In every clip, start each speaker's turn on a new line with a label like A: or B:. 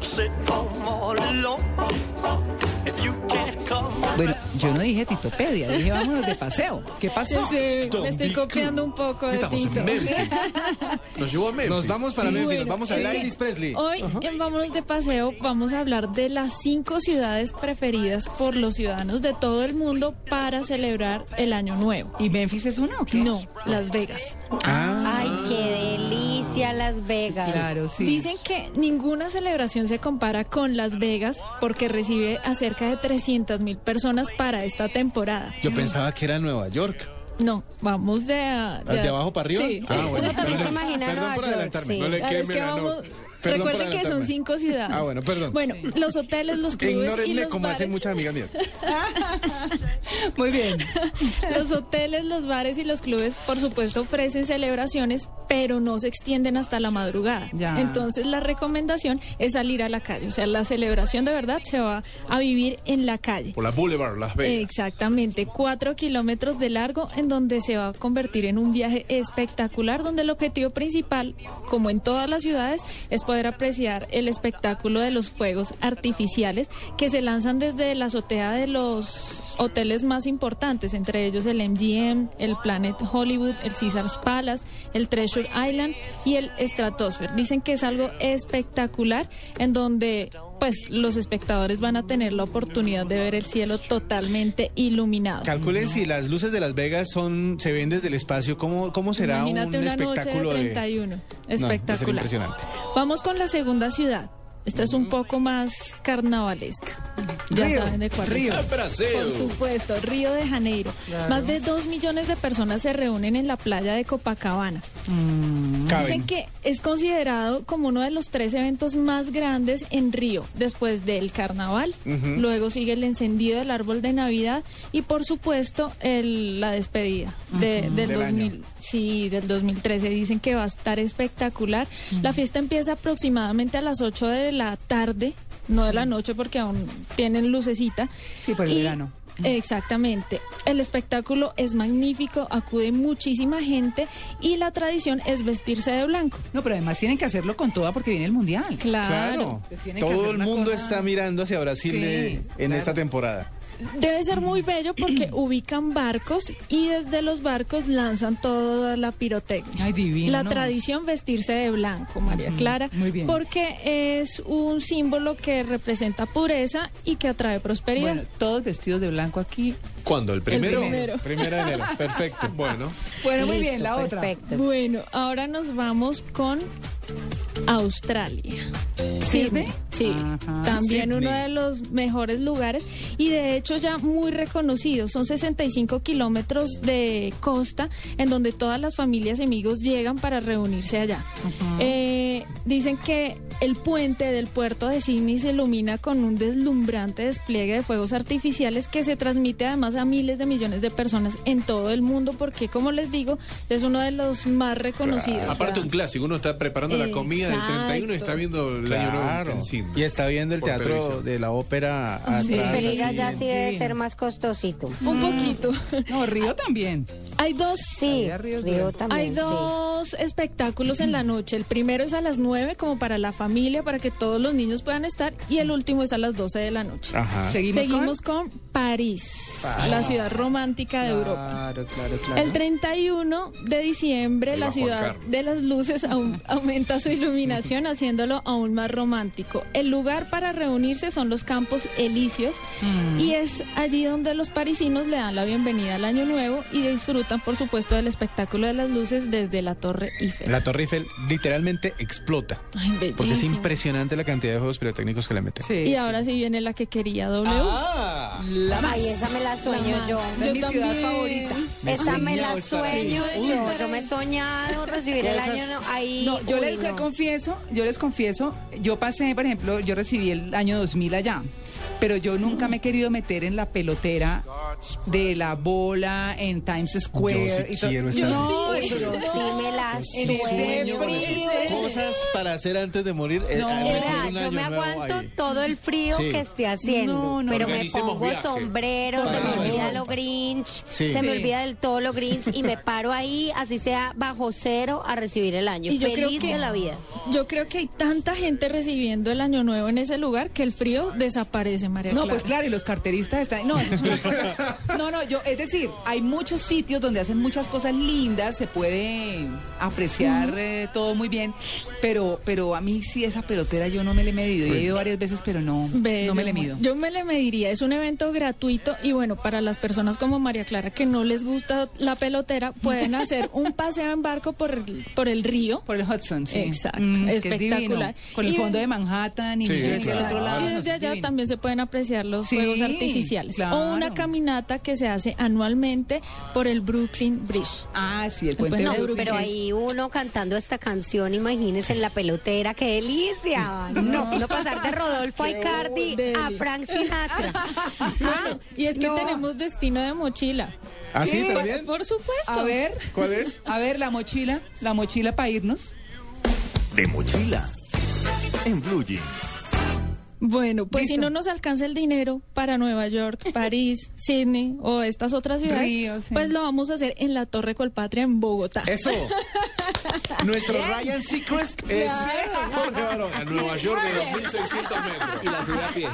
A: sit home all alone. If you can't come,
B: Bueno, yo no dije Titopedia, dije vámonos de paseo. ¿Qué pasó?
C: Sí, me estoy copiando un poco de
D: Estamos
C: Tito.
D: en Memphis. Nos llevó a Memphis.
E: Nos vamos para Memphis,
C: Bueno, Oh.
E: nos vamos a
C: es que
E: Elvis Presley.
C: Hoy en Vámonos de Paseo vamos a hablar de las cinco ciudades preferidas por los ciudadanos de todo el mundo para celebrar el Año Nuevo.
B: ¿Y Memphis es una o qué?
C: No, Las Vegas.
E: Ah,
F: Ay, qué delicia Las Vegas.
B: Claro, sí.
C: Dicen que ninguna celebración se compara con Las Vegas porque recibe a cerca de 300 mil personas para esta temporada.
E: Yo pensaba que era Nueva York.
C: No, vamos de... a-
E: ¿De abajo para arriba?
C: Sí.
E: Ah, bueno.
F: Uno también se
E: Perdón,
F: imagina
E: perdón
F: Nueva
E: por
F: York,
E: adelantarme.
F: sí.
E: No le
C: Claro,
E: queme
C: es que
E: la no-
C: vamos-
E: Perdón por
C: Recuerden que son
E: adelantarme.
C: cinco ciudades.
E: Ah, bueno, perdón.
C: Bueno, los hoteles, los clubes y
E: Ignórenme
C: los
E: como hacen
C: bares.
E: muchas amigas mías.
B: Muy bien.
C: Los hoteles, los bares y los clubes, por supuesto, ofrecen celebraciones, pero no se extienden hasta la madrugada.
B: Ya.
C: Entonces, la recomendación es salir a la calle. O sea, la celebración de verdad se va a vivir en la calle.
D: Por la Boulevard, Las Vegas.
C: Exactamente, cuatro kilómetros de largo en donde se va a convertir en un viaje espectacular donde el objetivo principal, como en todas las ciudades, es poder apreciar el espectáculo de los fuegos artificiales que se lanzan desde la azotea de los hoteles más importantes, entre ellos el MGM, el Planet Hollywood, el Caesars Palace, el Treasure Island y el Stratosphere. Dicen que es algo espectacular en donde pues los espectadores van a tener la oportunidad de ver el cielo totalmente iluminado.
E: Calculen si las luces de Las Vegas son se ven desde el espacio, ¿cómo, cómo será
C: Imagínate
E: un
C: una noche de
E: espectáculo
C: 31.
E: No, va a ser
C: Espectacular.
E: impresionante. Mm.
C: Vamos con la segunda ciudad. Esta es un poco más carnavalesca. Ya
B: Río,
C: saben de cuál
B: Río.
C: es. Por supuesto, Río de Janeiro. Más de dos millones de personas se reúnen en la playa de Copacabana.
E: Caben.
C: Dicen que es considerado como uno de los tres eventos más grandes en Río, después del carnaval, luego sigue el encendido del árbol de Navidad y por supuesto el- la despedida de- del,
E: Del año.
C: 2000, sí, del 2013. Dicen que va a estar espectacular. La fiesta empieza aproximadamente a las 8 de la tarde. No de la noche porque aún tienen lucecita.
B: Sí, por el
C: Y-
B: verano.
C: Exactamente. El espectáculo es magnífico, acude muchísima gente y la tradición es vestirse de blanco.
B: No, pero además tienen que hacerlo con toda porque viene el mundial.
C: Claro.
B: Pues tiene que
E: Todo
B: hacer
E: el
B: una
E: mundo
B: cosa-
E: está mirando hacia Brasil
B: Sí,
E: eh, en
B: claro.
E: esta temporada.
C: Debe ser muy bello porque ubican barcos y desde los barcos lanzan toda la pirotecnia.
B: Ay, divino.
C: La
B: ¿no?
C: tradición vestirse de blanco, María
B: Ujú,
C: Clara,
B: muy bien.
C: porque es un símbolo que representa pureza y que atrae prosperidad.
B: Bueno, todos vestidos de blanco aquí.
D: ¿Cuándo? ¿El primero?
C: primero.
E: Primero de enero, perfecto. Bueno,
B: Bueno, muy
F: Listo,
B: bien, la otra.
F: Perfecto.
C: Bueno, ahora nos vamos con Australia.
B: ¿Sydney?
C: Sí,
B: Ajá.
C: también
E: Sydney.
C: uno de los mejores lugares y de hecho ya muy reconocido. Son 65 kilómetros de costa en donde todas las familias y amigos llegan para reunirse allá. Eh, dicen que el puente del puerto de Sydney se ilumina con un deslumbrante despliegue de fuegos artificiales que se transmite además a miles de millones de personas en todo el mundo porque, como les digo, es uno de los más reconocidos.
D: Aparte un clásico, uno está preparando la comida del 31 y está
C: Exacto.
D: viendo el año nuevo
E: claro.
D: en cine.
E: Y está viendo el
D: Por
E: teatro
D: televisión.
E: de la ópera atrás.
C: Sí,
F: Pero
E: así.
F: ir allá sí debe ser más costosito.
C: Un poquito.
B: No,
C: Ah.
B: Río también.
C: Hay dos
F: Sí,
B: Allá Río es
F: Río
B: bueno.
C: Hay
F: también, sí.
C: dos espectáculos en la noche. El primero es a las 9 como para la familia, para que todos los niños puedan estar. Y el último es a las 12 de la noche.
E: Ajá.
B: Seguimos,
C: Seguimos con, París, la ciudad romántica de
B: con...
C: Europa.
B: Claro, claro, claro.
C: El 31 de diciembre
D: Ahí
C: la
D: va Juan
C: ciudad
D: Carlos.
C: de las luces aún aumenta su iluminación haciéndolo aún más romántico. El lugar para reunirse son los campos elíseos y es allí donde los parisinos le dan la bienvenida al año nuevo y disfrutan disfrutan, por supuesto, del espectáculo de las luces desde la Torre Eiffel.
E: La Torre Eiffel literalmente explota.
C: Ay, bellísimo.
E: Porque es impresionante la cantidad de juegos pirotécnicos que le meten.
B: Sí,
C: Y ahora sí viene la que quería W.
E: Ah,
B: La más.
F: Ay, esa me la sueño yo.
B: Es mi ciudad favorita.
F: Esa me la
E: esa sí.
F: sueño
C: Uy,
F: yo. Yo me he soñado recibir el año no- ahí.
B: No, yo
F: Uy,
B: les
F: no.
B: confieso, yo les confieso, yo pasé, por ejemplo, yo recibí el año 2000 allá, pero yo nunca me he querido meter en la pelotera de la bola en Times Square.
E: Yo sí
B: y todo.
E: quiero estar
B: No,
F: Uy,
B: eso
F: yo
B: no.
F: sí me la
B: En ese
F: sueño.
B: frío.
E: Cosas para hacer antes de morir. eh,
B: No,
E: a
B: Pero
F: Vea,
E: recibir un
F: yo
E: año
F: me
E: nuevo
F: aguanto
E: ahí.
F: todo el frío
E: Sí.
F: que esté haciendo,
B: No, no.
F: pero me
D: Organicemos
F: pongo
D: viaje.
F: sombrero, se
E: Para
F: me
E: eso.
F: olvida lo Grinch,
E: Sí.
F: se me
B: Sí.
F: olvida del todo lo Grinch y me paro ahí, así sea bajo cero, a recibir el año.
C: Y yo creo
F: Feliz
C: que-
F: de la vida.
C: Yo creo que hay tanta gente recibiendo el año nuevo en ese lugar que el frío desaparece, María
B: No,
C: Clara.
B: pues claro, y los carteristas están. No, eso es una cosa- no, no, yo, es decir, hay muchos sitios donde hacen muchas cosas lindas, se puede apreciar eh, todo muy bien, pero, pero a mí sí esa pelotera yo no me le he medido. Yo He ido varias veces, pero no,
C: Bello,
B: no me le mido.
C: Yo me le mediría. Es un evento gratuito y bueno, para las personas como María Clara que no les gusta la pelotera, pueden hacer un paseo en barco por, el- por el río.
B: Por el Hudson, sí. Mm,
C: Exacto,
B: que es
C: espectacular.
B: divino. Con
C: Y
B: el
C: ven-
B: fondo de Manhattan y
E: Sí,
B: New Jersey
E: claro.
B: al otro lado.
C: Y
B: no,
C: desde
B: eso es
C: allá
B: divino.
C: también se pueden apreciar los
B: Sí,
C: fuegos artificiales.
B: claro.
C: O una caminata que se hace anualmente por el Brooklyn Bridge.
B: Ah, sí, el puente
C: puente
B: de
F: No,
C: de
B: Brooklyn.
F: pero ahí uno cantando esta canción, imagínense en la pelotera, qué delicia. No, uno pasar de Rodolfo a Icardi
C: deli.
F: a Frank Sinatra. Ah,
C: Y es que
F: no.
C: tenemos destino de mochila.
E: ¿Ah, sí, también?
C: Por supuesto.
B: A ver,
E: ¿Cuál es?
B: a ver, la mochila, la mochila para irnos.
G: De mochila. En Blue Jeans.
C: Bueno, pues si
B: Listo.
C: no nos alcanza el dinero para Nueva York, París, Sydney o estas otras ciudades,
B: Río, sí.
C: pues lo vamos a hacer en la Torre Colpatria en Bogotá.
E: Eso. Nuestro Ryan Seacrest es Jorge Barón.
D: A Nueva York de 2.600 metros. Y la ciudad pie.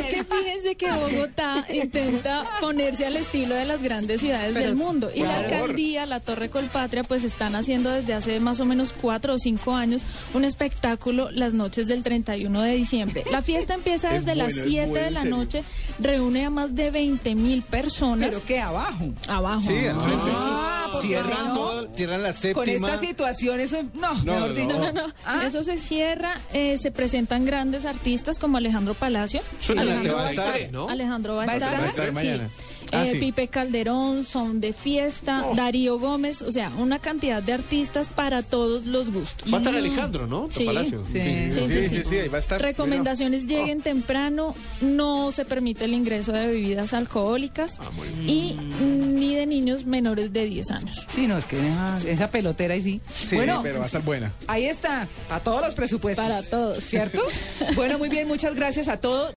C: Es que fíjense que Bogotá intenta ponerse al estilo de las grandes ciudades del mundo. Y la
E: favor.
C: alcaldía, la Torre Colpatria, pues están haciendo desde hace más o menos cuatro o cinco años un espectáculo las noches del 31 de diciembre. La fiesta empieza
E: Es
C: desde las
E: bueno, es
C: 7
E: bueno,
C: de
E: en
C: la
E: serio.
C: noche, reúne a más de 20 mil personas
B: Pero que abajo.
C: abajo.
E: Sí, al frente.
B: Ah, porque
E: Cierran
B: si no-
E: todo, cierran la
B: Con
E: séptima.
B: esta situación, eso, no,
E: No,
B: mejor
E: no,
B: dicho.
E: no.
C: No, Eso se cierra, eh, se presentan grandes artistas como Alejandro Palacio.
D: Suena la
C: Alejandro
D: que va a estar,
C: estar,
D: ¿no?
C: Alejandro va a estar.
B: estar? Va a
E: estar
C: sí.
E: mañana. Ah,
C: Eh,
E: sí.
C: Pipe Calderón, Son de Fiesta, Darío Gómez, o sea, una cantidad de artistas para todos los gustos.
D: Va a estar Alejandro, ¿no?
C: Sí,
D: Palacio.
B: sí.
E: Sí,
C: Sí,
E: sí,
C: sí,
E: sí,
C: sí.
E: ahí va a estar.
C: Recomendaciones lleguen temprano, no se permite el ingreso de bebidas alcohólicas y ni de niños menores de 10 años.
B: Sí, no, es que ah, esa pelotera ahí sí.
E: Sí,
B: bueno,
E: pero va a estar buena.
B: ahí está, a todos los presupuestos.
C: Para todos.
B: ¿Cierto? bueno, muy bien, muchas gracias a todos.